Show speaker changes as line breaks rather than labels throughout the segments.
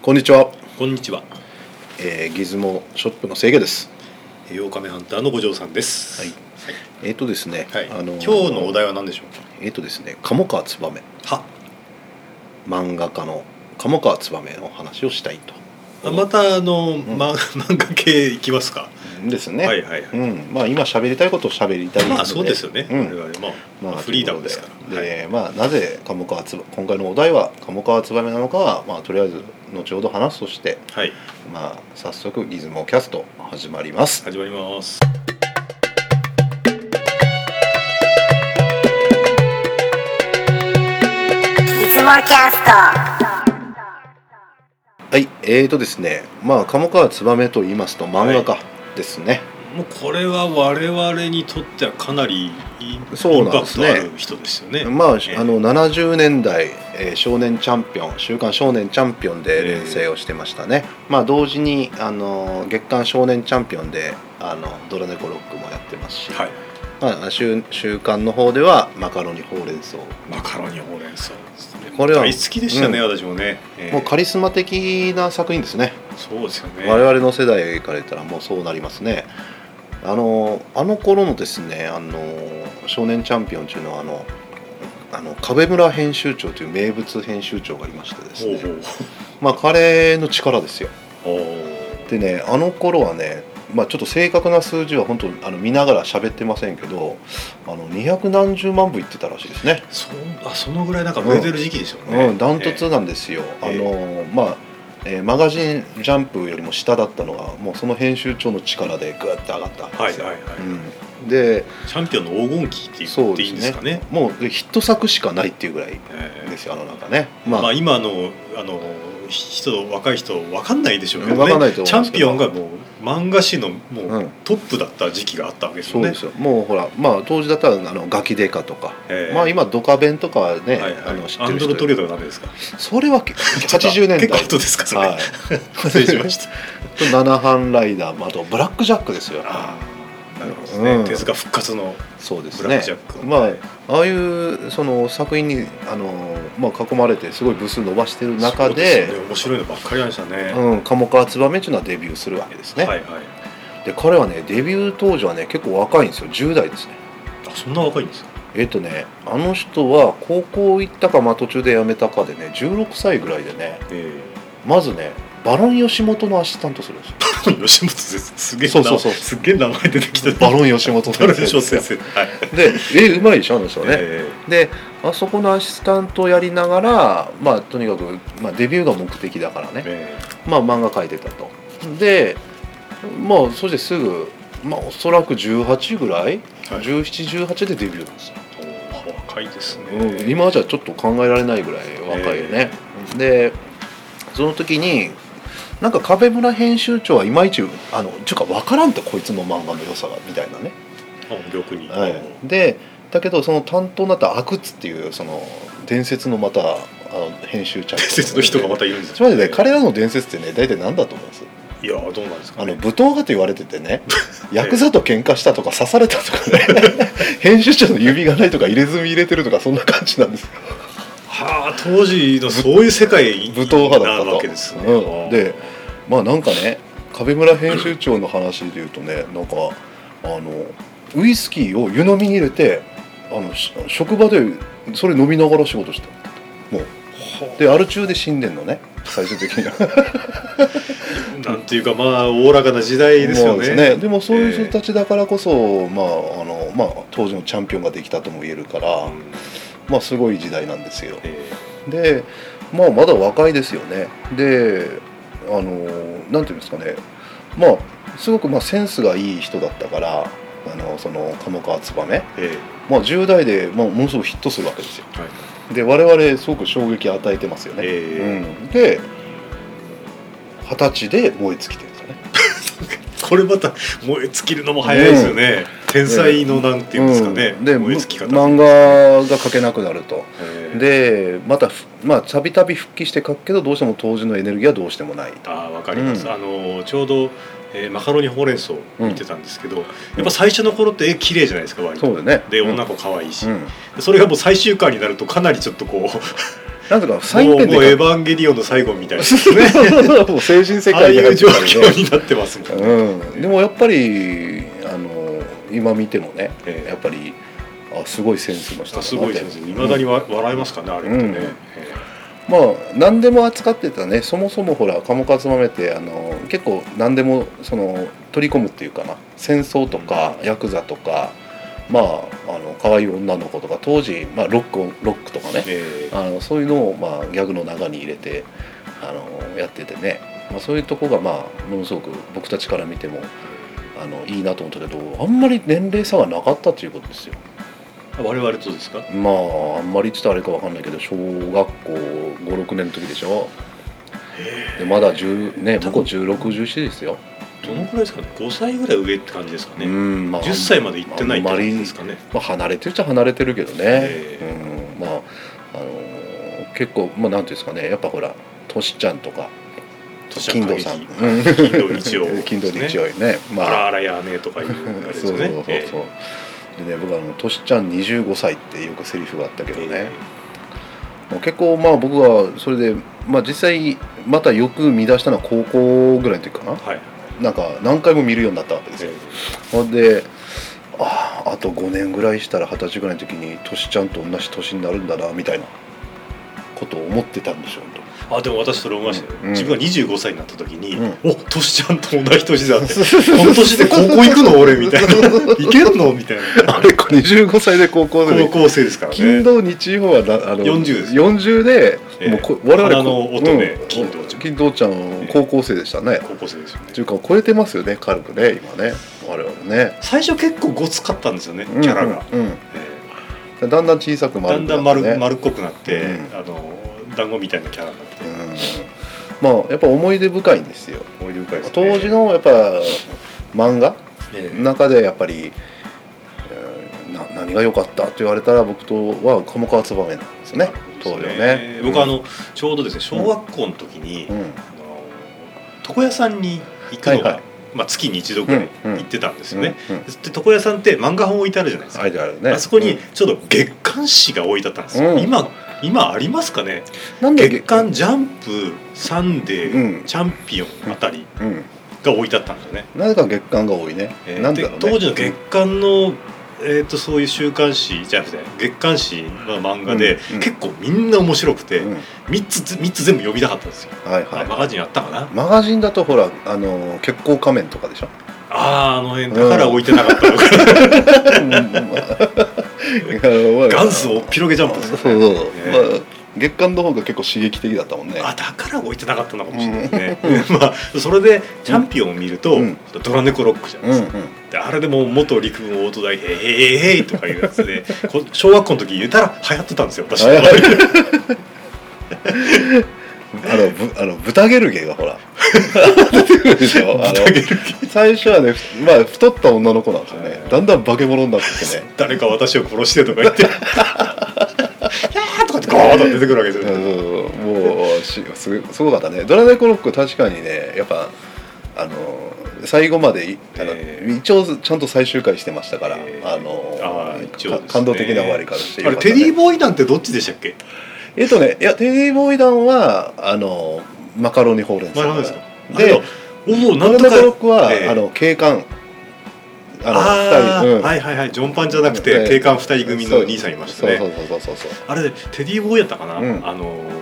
こんにちは、
こんにちは、
えーギズモショップの制御です
八日目ハンターの五条さんです。
はいえっ、とですね、
はい。
あ
今日のお題は何でしょう
えっ、とですね鴨川燕
か。は。
漫画家の鴨川燕の話をしたいと
あまたあの、ま 漫画系いきますか。
ですね、
はいはいは
う
い。
んまあ、今喋りたいことを喋りたいので、
まあそうですよね。
うん
我々まあ、
まあ
フリーダムですか
というこ
ら。
と
はい
ででまあ、なぜ鴨川つば今回のお題は鴨川燕なのかは、まあ、とりあえず後ほど話すとして、
はい。
まあ、早速ギズモキャスト始まります
始まります。
いつもキャスト
はいえーとですねまあ鴨川燕と言いますと漫画家ですね、
もうこれは我々にとってはかなりイン
そう
イ
な
ン
ん
パ
で
ク
す
ト
ね
ある人ですよね。
まあ、
ええ
あの70年代、えー少年チャンピオン「週刊少年チャンピオン」で連載をしてましたね、まあ同時にあの月刊少年チャンピオンであのドラ猫ロックもやってますし、
はい。
まあ、週週刊の方ではマカロニほうれん草
マカロニほうれん草ですね。
これは
大好きでしたね、私もね。ええ
もうカリスマ的な作品ですね、
そうですよね。
我々の世代が行かれたらもうそうなりますねあのあの頃のですねあの少年チャンピオンというのはあのあの壁村編集長という名物編集長がいましてです
ほう
ね
ほう
まあ彼の力ですよ
ほう。
でねあの頃はねまあちょっと正確な数字は本当あの見ながら喋ってませんけどあの二百何十万部いってたらしいですね
そあそのぐらいなんか売れてる時期でしょうね。
うん、ダント
え
ツなんですよ、
え
あのまあ、えーマガジン「ジャンプ」よりも下だったのがもうその編集長の力でグッて上がったんで
え。はい
すよ
はいはい。
うんで
チャンピオンの黄金期って
そ
言
う
っ
で
て
す
いい
ね
んですかね。
もうヒット作しかないっていうぐらい
ええ
ですよあの中ね、ま
ま
あ
あ、今のあの人若い人わかんないでしょうけどね。
わかんないと思
チ
いま
ャ
す
ン
け
ピ
ど
オンがもう漫画誌のもう、
うん
トップだった時期があったわけです
そ
よ
う
ね
で。すよもうほらまあ当時だったらあのガキデカとか、
ええ
まあ今ドカベンとかはね、
はいはい
あの知っ
ア
て
ン
る
ド
人
ロトリオとかダメですか。
それはけ80年代
結構後ですかそれ。
はい
失礼し ました。
と七班ライダーまああとブラックジャックですよ
ああ、なるほどね。
うん
手塚復活の
そうです
ブラッ
ね
クジャック。
まあああいうその作品にあの、まあ、囲まれてすごい部数伸ばしてる中
そうす
で
よね面白いのばっかりでしたね。
うん、鴨川燕っていうのはデビューするわけですね、
はいはい。
で彼はねデビュー当時はね結構若いんですよ10代ですね
あそんな若いんですか。
えっ、とねあの人は高校行ったか、まあ、途中で辞めたかでね16歳ぐらいでね
え
まずねバロン吉本のアシスタントするんで すよ
え吉本先生すげえな
そうそうそう
すげえ名前出てきた。
バロン吉本
バロン
先
吉本
生
先生。はい。
でえうまいでしょあの人はね、
え
であそこのアシスタントをやりながら、まあ、とにかく、まあ、デビューが目的だから
え
ね、
え
まあ、漫画描いてたとでまあそしてすぐ、まあ、おそらく18ぐらい、
えはい
1718でデビューなんですよ、
お若いですね。
うん、今じゃちょっと考えられないぐらい若いよね、でその時になんか壁村編集長はいまいちあのちゅうか分からんってこいつの漫画の良さがみたいなね
本力に。
はい、でだけどその担当になった阿久津っていうその伝説のまたあの編集長
伝説の人がまたいるんです
つまりね彼らの伝説ってね大体何だと思います
いやーどうなんですか
あ
ね
の。武闘家と言われてて ねヤクザと喧嘩したとか刺されたとかね 編集長の指がないとか入れ墨入れてるとかそんな感じなんですよ
はあ当時のそういう世界
武闘派だった
な
と
わけですね。
うん、でまあなんかね壁村編集長の話でいうとねなんかあのウイスキーを湯飲みに入れてあのし職場でそれ飲みながら仕事してたもう
は
でアル中で死んでんのね最終的には
あなんていうかまあおおらかな時代ですよ
まあ
ね。
でもそういう人たちだからこそ、まああのまあ、当時のチャンピオンができたとも言えるから、
うん
まあ、すごい時代なんですよ
え
で、まあ、まだ若いですよねであのなんていうんですかねまあすごくまあセンスがいい人だったからあのその鴨川燕、
ええ
まあ、10代で、まあ、ものすごくヒットするわけですよ
えはい
で我々すごく衝撃を与えてますよね、
え
うん、で二十歳で燃え尽きてるんですよね
これまた燃え尽きるのも早いですよね。天才のなんていうんですかね。
うんで
燃え尽き方。
漫画が描けなくなると
ええ
でまたふまあたびたび復帰して書くけどどうしても当時のエネルギーはどうしてもないと
あーわかります、
うん
あのちょうど、えーマカロニほうれん草見てたんですけど、やっぱ最初の頃って絵綺麗じゃないですか割と
そうだね
で
うん
女の子可愛いし、
うん
それがもう最終回になるとかなりちょっとこう
なんとかサイ
も
ン
う
ペン
もうエ
で
ヴァンゲリオンの最後みたいな
もう成人世
ああ
界
い
に入
う
って
状
る
況になってますもん、
うん、でもやっぱりあの今見てもね、
ええ
やっぱりあすごいセンスの人だ
あ
な
すごいですねいまだにわ、笑いますかねあれってね、
うん
え
まあ何でも扱ってたねそもそもほら「カモカツ豆」ってあの結構何でもその取り込むっていうかな戦争とかヤクザとか、まああの可愛い女の子とか当時、まあ、ロックをロックとかね
えええ
あのそういうのを、まあ、ギャグの中に入れてあのやっててね、まあ、そういうとこが、まあ、ものすごく僕たちから見てもあのいいなと思ったけどあんまり年齢差がなかったということですよ。
我々とですか
まああんまりって言ったらあれかわかんないけど小学校56年の時でしょでまだ10ね僕1617ですよ、
どのくらいですかね5歳ぐらい上って感じですか
う
ね、
んまあ
10歳まで行ってないって
あんま
感
り
じですかね
まあ、離れてるっちゃ離れてるけどね、
え
うんまああのー結構まあなんていうんですかねやっぱほらトシちゃんとか
年
金堂さんうん
金土日曜、
金土日
ね
曜ねま
あら
あ
あらやねとかいうあれです
そうそう
よ
そう
ね
そう、
ええ
でね僕あの「としちゃん25歳」ってよくセリフがあったけどね、
え
もう結構まあ僕はそれで、まあ、実際またよく見出したのは高校ぐらいの時かな
えはい、
なんか何回も見るようになったわけですよ
え
ほんであああと5年ぐらいしたら二十歳ぐらいの時にトシちゃんと同じ年になるんだなみたいなことを思ってたんでしょう と
えあでも私それ思いましたよ、
うん
自分が25歳になった時に、
う
お年ちゃんと同じ年だってこの
今
年で高校行くの俺みたいな行けるのみたい な
あれか25歳で高校で
高校生ですから
金
ね
土日曜はなあの
40です
40で、
ええ
もうこ我々
花の乙女
うん
金堂ちゃん
金堂ちゃん高校生でしたね、
高校生ですよね
っていうか超えてますよね軽くね今ね我々ね
最初結構ごつかったんですよねキャラが、
うんうん
え
うんだんだん小さく
えだ
丸
ん
く
だん
なって
丸,、
ね
丸っこくなって、
うん
あの団子みたいなキャラになって、
うんまあやっぱ思い出深いんですよ
思い出深いですね
当時、のやっぱ漫画
ええ
の中でやっぱり、えーな何が良かったって言われたら僕とは鴨川つばめなんですよね当時はね
僕あのちょうどですね小学校の時に、
うんうん
あの床屋さんに行くのが、
はいはい
まあ、月に一度ぐらい行ってたんですよね、
うんうん
で床屋さんって漫画本置いてあるじゃないですか、
あるあるね
あそこ
う
に
ん
ちょうど月刊誌が置いてあったんですよ、
うん
今今ありますかね
なんで
月刊ジャンプサンデー、
うん
チャンピオンあたり
うん
が置いてあったんですよね、
なぜか月間が多いね、
えー
なんで
で
だろうね
当時の月刊の、えー、とそういう週刊誌じゃなくて月刊誌の漫画で、
うんうん
結構みんな面白くて、
うん
三つつ三つ全部読みたかったんですよ、
はい
あマ
は
ガジンあったかな、
いマガジンだとほらあの結構仮面とかでしょ
あーあの辺だから置いてなかったのか、
うんまあ元
元祖おっぴろげジャンプです
そう
ね
そうそう、
ね
まあ、月間の方が結構刺激的だったもんね
あだから置いてなかったのかもしれないね、まあそれでチャンピオンを見ると、
うん
ドラネコロックじゃない
うん
です
うん
か、であれでもう元陸軍大戸大兵「へいへいへい」とかいうやつでこ小学校の時言ったら流行ってたんですよ私
はい
は
はいあのぶあの豚ゲルゲがほら出てくるでしょあの最初はね、ふまあ、太った女の子なんですよね
はい
だんだん化け物になってきてね
誰か私を殺してとか言って「いやー」とかってゴーッと出てくるわけです
う
よ、
んもうしすごすごかったねドラネコロック確かにねやっぱあの最後までいあの、
ええ
一応ちゃんと最終回してましたから、
ええ
あの
あー一応ですね
か感動的な終わりからして
あ
よ
れ
かったね
テディボーイなんてどっちでしたっけ
えっとねいやテディボーイ団はあのマカロニほうれん草
前の話ですか
で
あのお
ド
おな
ラネ
んと
コ
か
ロックは、
ええ
あの警官あの二
あ
人、
ー
うん
はいはいはいジョンパンじゃなく
え
て
え
警官二人組の兄さんいましたね
そうそうそうそうそうそう
あれでテディボーイやったかな、
うん
あのー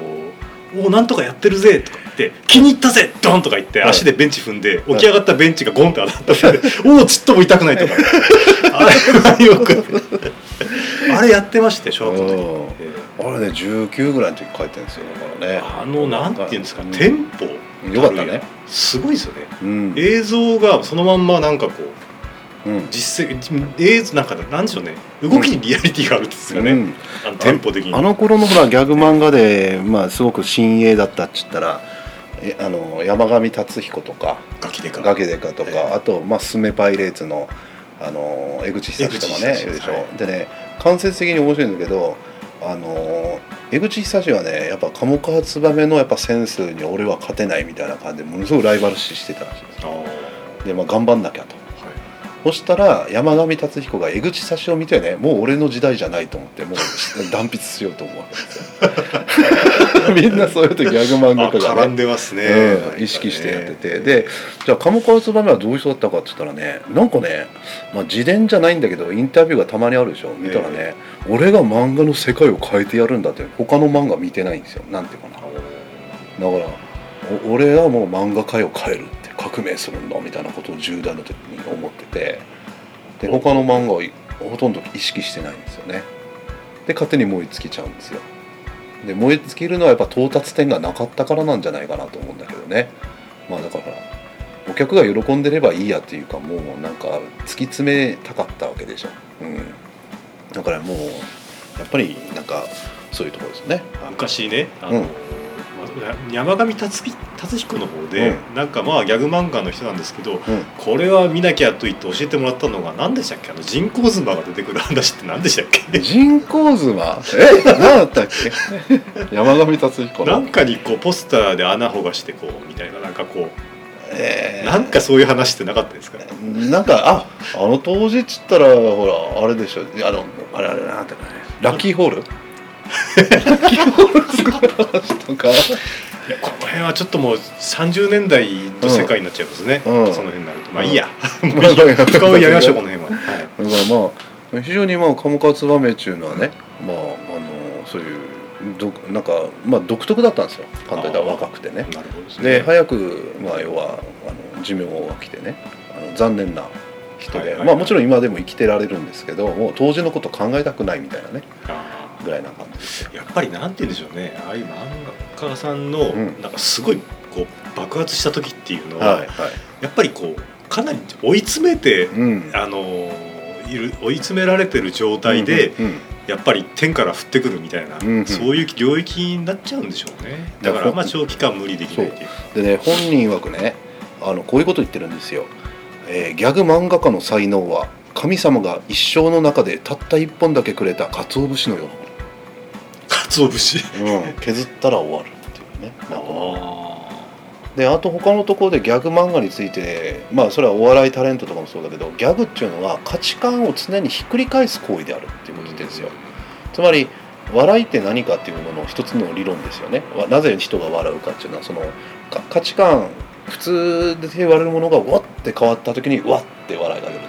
おおなんとかやってるぜ」とか言って「気に入ったぜドン!」とか言って
はい
足でベンチ踏んで起き上がったベンチがゴンって当たったんで 「おおちっとも痛 くない」とかあれはよくあれやってまして小学校の時に、
うん
え
あれね19ぐらいの時書いてるんですよだからね
えあのなんていうんですか、
うん
テンポ
よかったね
すごいですよね
うん
映像がそのまんまなんかこう
うん
実践映像なんかなんでしょうね動きにリアリティがあるんですかね、
うん
あのテンポ的に
あの頃のほらギャグ漫画でまあすごく新鋭だったっつったらえあの山上達彦とか
ガキでか
ガケデカとか、
ええ
あとまあスメパイレーツのあの江口久志とかね
江口久志
いるでしょ、
はい
でね間接的に面白いんだけどあの江口久志はねやっぱ鴨川燕のやっぱセンスに俺は勝てないみたいな感じでものすごくライバル視してたらしいです
あーは
でまあ頑張んなきゃと
い
そしたら山上達彦が江口差しを見てねもう俺の時代じゃないと思ってもう断筆しよう と思うわけですよ みんなそういう時ギャグ漫
あ
画家
絡
が
ん
ね
でますね、
うん、意識してやってて、でじゃあ鴨川燕はどういう人だったかって言ったらねなんかね、まあ、自伝じゃないんだけどインタビューがたまにあるでしょ見たらね、俺が漫画の世界を変えてやるんだって他の漫画見てないんですよなんていうかなだからお俺はもう漫画界を変えるって革命するんだみたいなことを10代の時に思っててで他の漫画をいほとんど意識してないんですよねで勝手に燃え尽きちゃうんですよで燃え尽きるのはやっぱ到達点がなかったからなんじゃないかなと思うんだけどねまあだからお客が喜んでればいいやっていうかもうなんか突き詰めたかったわけでしょ、うん、だからもうやっぱりなんかそういうところですよね
昔ねあ
う
の、
ん
まあ山上達彦達彦の方で、なんかまあギャグ漫画の人なんですけど、
うん
これは見なきゃと言って教えてもらったのが何でしたっけあの人工妻が出てくる話って何でしたっ け
人工妻え何だったっけ山上達彦
な
の
んかにこうポスターで穴ほがしてこうみたいななんかこ
え
う
ー
なんかそういう話ってなかったですか、
なんかああの当時っつったらほらあれでしょあのあれあれなんていうかねラッキーホールラッキーホール作る話とか
この辺はちょっともう30年代の世界になっちゃいますね、
うんうん
その辺になるとまあいいや、もういいや
他
他をやりましょうこの辺は、はい
だからまあ非常にまあカモカツバメっていうのはねまああのそういうどなんかまあ独特だったんですよ簡単に言ったら若くてね
なるほどですね
で早く、まあ、要はあの寿命が来てねあの残念な人で、
はいはいはい
まあ、もちろん今でも生きてられるんですけどもう当時のこと考えたくないみたいなね
あ
ぐらいな感じ
ーやっぱりなんて言うんでしょうねああいう漫画家さん
う
の
ん
なんかすごいこう爆発した時っていうのは、
はいはい
やっぱりこうかなり追い詰めて、
うん
あのーいる追い詰められてる状態で、
うんうん
やっぱり天から降ってくるみたいな、
んうん
そういう領域になっちゃうんでしょうねだからあんま長期間無理できないってい
で
う
ね本人曰くねあのこういうこと言ってるんですよ、えーギャグ漫画家の才能は神様が一生の中でたった一本だけくれた鰹節のよ
鰹節
うな、 うん、削ったら終わるっていうねなんか
あ
であと他のところでギャグ漫画についてまあそれはお笑いタレントとかもそうだけどギャグっていうのは価値観を常にひっくり返す行為であるっていうことですよ、つまり笑いって何かっていうものの一つの理論ですよねわなぜ人が笑うかっていうのはそのか価値観普通で言われるものがわって変わった時にわって笑いが出ると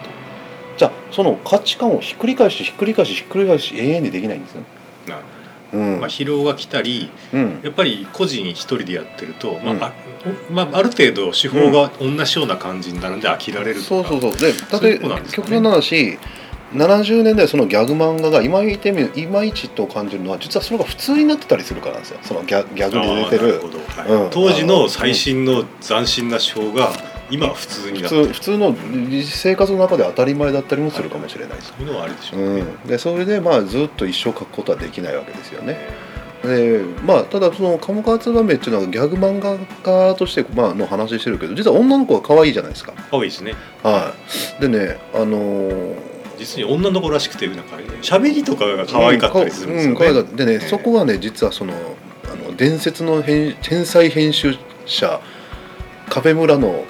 じゃあその価値観をひっくり返しひっくり返しひっくり返し永遠にできないんですね
なるほ
うん、
まあ、疲労が来たり
うん
やっぱり個人一人でやってると、まあ
うん
あまあ、ある程度手法が同じような感じになるんで飽きられる
そ
と
う
か
そうそうで
そうい
例え
うことなんですかね
極端な話70年代そのギャグ漫画が今言ってみるいまいちと感じるのは実はそれが普通になってたりするからなんですよそのギャギャグで出て
あーな
る
ほどはい
うん
当時の最新の斬新な手法が今は普通に
普
なって
通
る
普通の実生活の中で当たり前だったりもするかもしれないです、
そういうのはあるでしょうね、
うん、でそれでまあずっと一生書くことはできないわけですよねでまあただその「鴨川ツバメ」っていうのはギャグ漫画家として、まあ、の話してるけど実は女の子が可愛いじゃないですか
可愛いですね
はいでねあのー
実に女の子らしくてなんか喋りとかが可愛かったりするんですよ
うん可愛か
ね
ったでね、
ええ
そこはね実はそのあの伝説の編天才編集者壁村の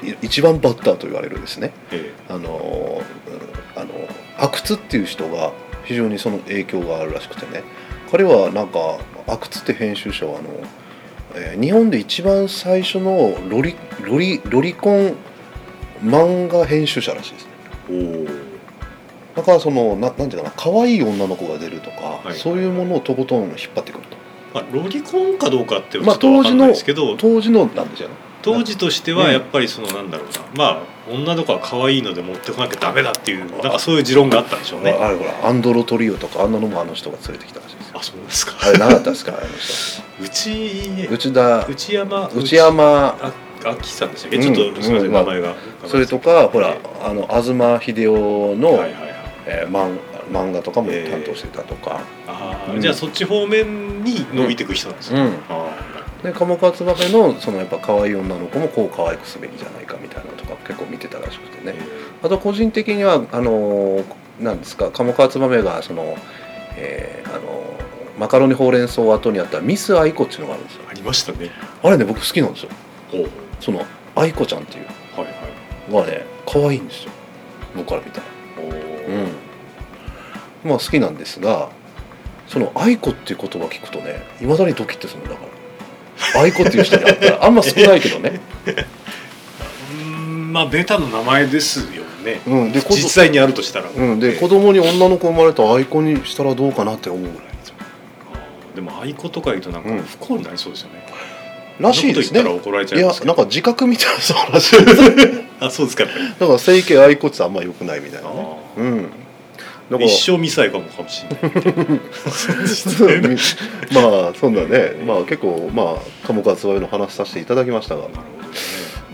いい一番バッターと言われるですね
え
あのあの阿久津っていう人が非常にその影響があるらしくてね彼はなんか阿久津って編集者はあの、えー日本で一番最初のロリロリロリコン漫画編集者らしいですね
えおー
だからそのななんていうかな可愛い女の子が出るとか、
はい
そういうものをとことん引っ張ってくると
まあ、ロリコンかどうかってち
ま
ょ
あ
っと分かんないですけど、
当時のなんですよね
当時として
う
は
ん
やっぱりそのなんだろうな、まあ女の子は可愛いので持ってこなきゃダメだっていうなんかそういう持論があったんでしょうね
ああれほらアンドロトリオとかあんなのもあの人が連れてきたらしいですよ
あそうですか
あれなかったですかあの人
うち
内田
内山
内山
ああきさんでしたっけ、
うん
ちょっとすみませ
う
ん、
ん
名前が
それとかほら
え
あの東秀夫
え
の、
はいはいはい
えー漫漫画とかも担当してたとか、
あー
うん
じゃあそっち方面に伸びていく人なんですね、
うん
あ
で鴨川椿のそのやっぱ可愛い女の子もこう可愛くすべきじゃないかみたいなのとか結構見てたらしくて
ー
ねあと個人的にはあのなんですか鴨川つばめがその、えーあのマカロニほうれん草後にあったミス愛子っていうのがあるんですよ
ありましたね
あれね僕好きなんですよ
おう
その愛子ちゃんっていう
はいはい
のがね可愛いんですよ僕から見たら、
おー
うん、まあ好きなんですがその愛子っていう言葉聞くとねいまだにドキッてするんだから愛子っていう人に会ったらあんま少ないけどね、
うーんまあベタの名前ですよね、
うん、でこ
実際にあるとしたら、
うん、で子供に女の子生まれた愛子にしたらどうかなって思うぐらい
でも愛子とか言うとなんか
うん
不幸になりそうですよね、
らしいですね
そんなこと言ったら怒られち
い
ゃい
や
ますけ
なん
ど
か自覚みたいなそうらし いですだ
あそうですかやっぱり
から整形愛子ってあんま良くないみたいなね
あ
うんだ
ー
から
一生ミサイかもかもしれない失礼な なる
まあそんなねまあ結構まあ鴨川つばめの話させていただきましたが
ほどね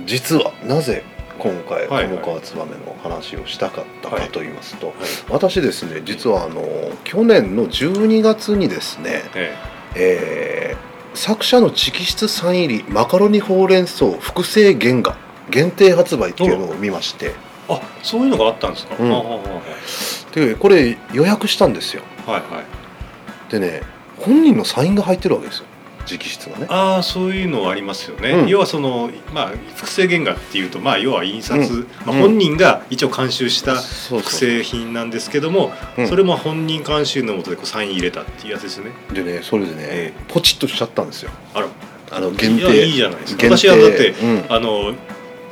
実はなぜ今回
はいはい
鴨川つばめの話をしたかった
は
か
い
と言いますと、
はい
私ですね実はあの去年の12月にですね、
え
えー作者の直筆サイン入りマカロニほうれん草複製原画限定発売っていうのを見まして
えあそういうのがあったんですか、
うん
あああ
でこれ予約したんですよ
あはいはい
でね本人のサインが入ってるわけですよ直筆がね
ああそういうのはありますよね、
うん
要はそのまあ複製原画っていうとまあ要は印刷、
うん
まあ、
うん
本人が一応監修した
そう
複
そう
製品なんですけども、
うん
それも本人監修のもとでこうサイン入れたっていうやつですよね
でねそれでね、
え
ポチッとしちゃったんですよ
あら
あの限
いや
定
いいじゃないですか
限定
私はだって
うん
あの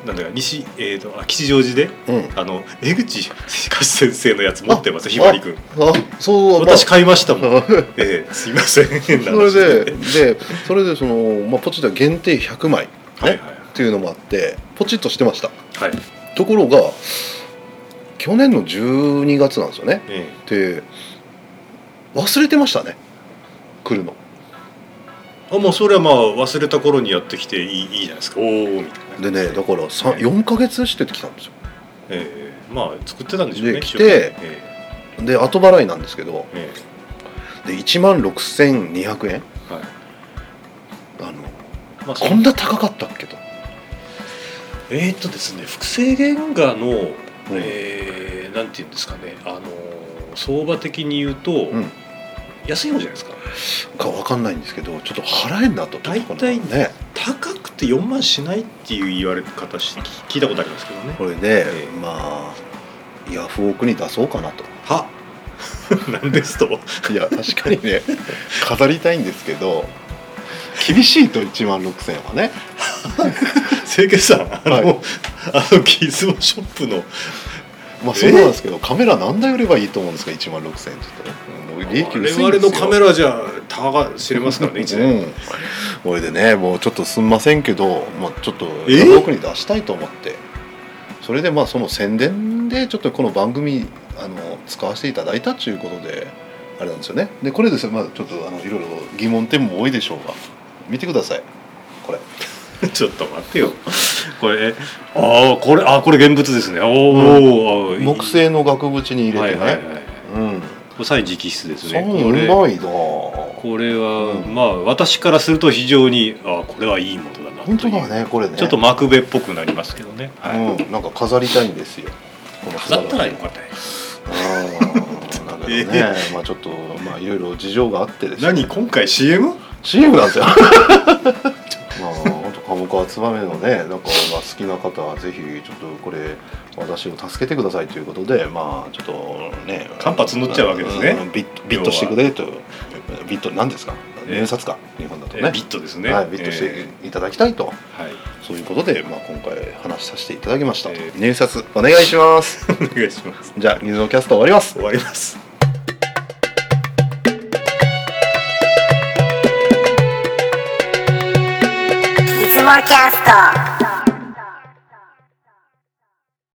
なんだか西えー、とあ吉祥寺で
うん
あの江口賢先生のやつ持ってますひばりくん
あそう
私
まあ
買いましたもん、ええすいません変な
それ
話
ででそれでその、まあ、ポチッと限定100枚、ね
はいはい
っていうのもあってポチッとしてました
はい、
ところが去年の12月なんですよね
え
で忘れてましたね来るの
えあもうそれはまあ忘れた頃にやってきていいいいじゃないですかおおみたい
で
な
ねだからさ
ええ
4ヶ月してきたんですよ
ええまあ作ってたんでしょうね
で来て
一生懸命え
で後払いなんですけど
ええ
で1万6200円
えはい
あの
まあそ
こんな高かったっけと
えー、っとですね複製原画の、
うん
えーなんていうんですかねあのー相場的に言うと、
ん
安い方じゃないですか
か分かんないんですけどちょっと払えんなと
大体
ね
高くて4万しないっていう言われ方し聞いたことありますけどね
これで、
ええ
まあヤフオクに出そうかなと
はなんですと
いや確かにね 飾りたいんですけど厳しいと1万6000円はね
清潔さんあの、
はい
あのギズモショップの
まあそうなんですけどカメラ何台売ればいいと思うんですか1万6000円ちょっともう利益薄いんですよ
我々のカメラじゃたが知れますからね一年、
う ん、これでねもうちょっとすんませんけど、まあ、ちょっと
え
奥に出したいと思ってそれでまあその宣伝でちょっとこの番組あの使わせていただいたということであれなんですよねでこれですよ、まあ、ちょっとあのいろいろ疑問点も多いでしょうが見てくださいこれ
ちょっと待ってよこれえああこれあこれ現物ですねおーおー、あー
木製の額縁に入れてね、
はいはいはい
うん
これサイン直筆です
そう
ね
う
これ
まいなぁ
これは、
うん
まあ私からすると非常にあこれはいいものだなと
本
いう
当だねこれね
ちょっと幕部っぽくなりますけどね、はい
うん、なんか飾りたいんですよこの素晴
飾
らし
っ
い
たらよかったね
あーだけどね、まあちょっとまあいろいろ事情があってですね
何今回 CM?
CM なん ですよまあ本当鴨川つばめのねなんかまあ好きな方はぜひちょっとこれ私を助けてくださいということでまあちょっとね
間髪塗っちゃうわけですね
んビットビットしてくれとビット何ですか
え
入札か日本だと
え
ね
ビットですね、
はい、ビットし
え
ていただきたいと、
ーはい
そういうことで、まあ、今回話させていただきました、
えー
入札お願いします
お願いします
じゃあ水のキャスト終わります
終わります
いつもキャスト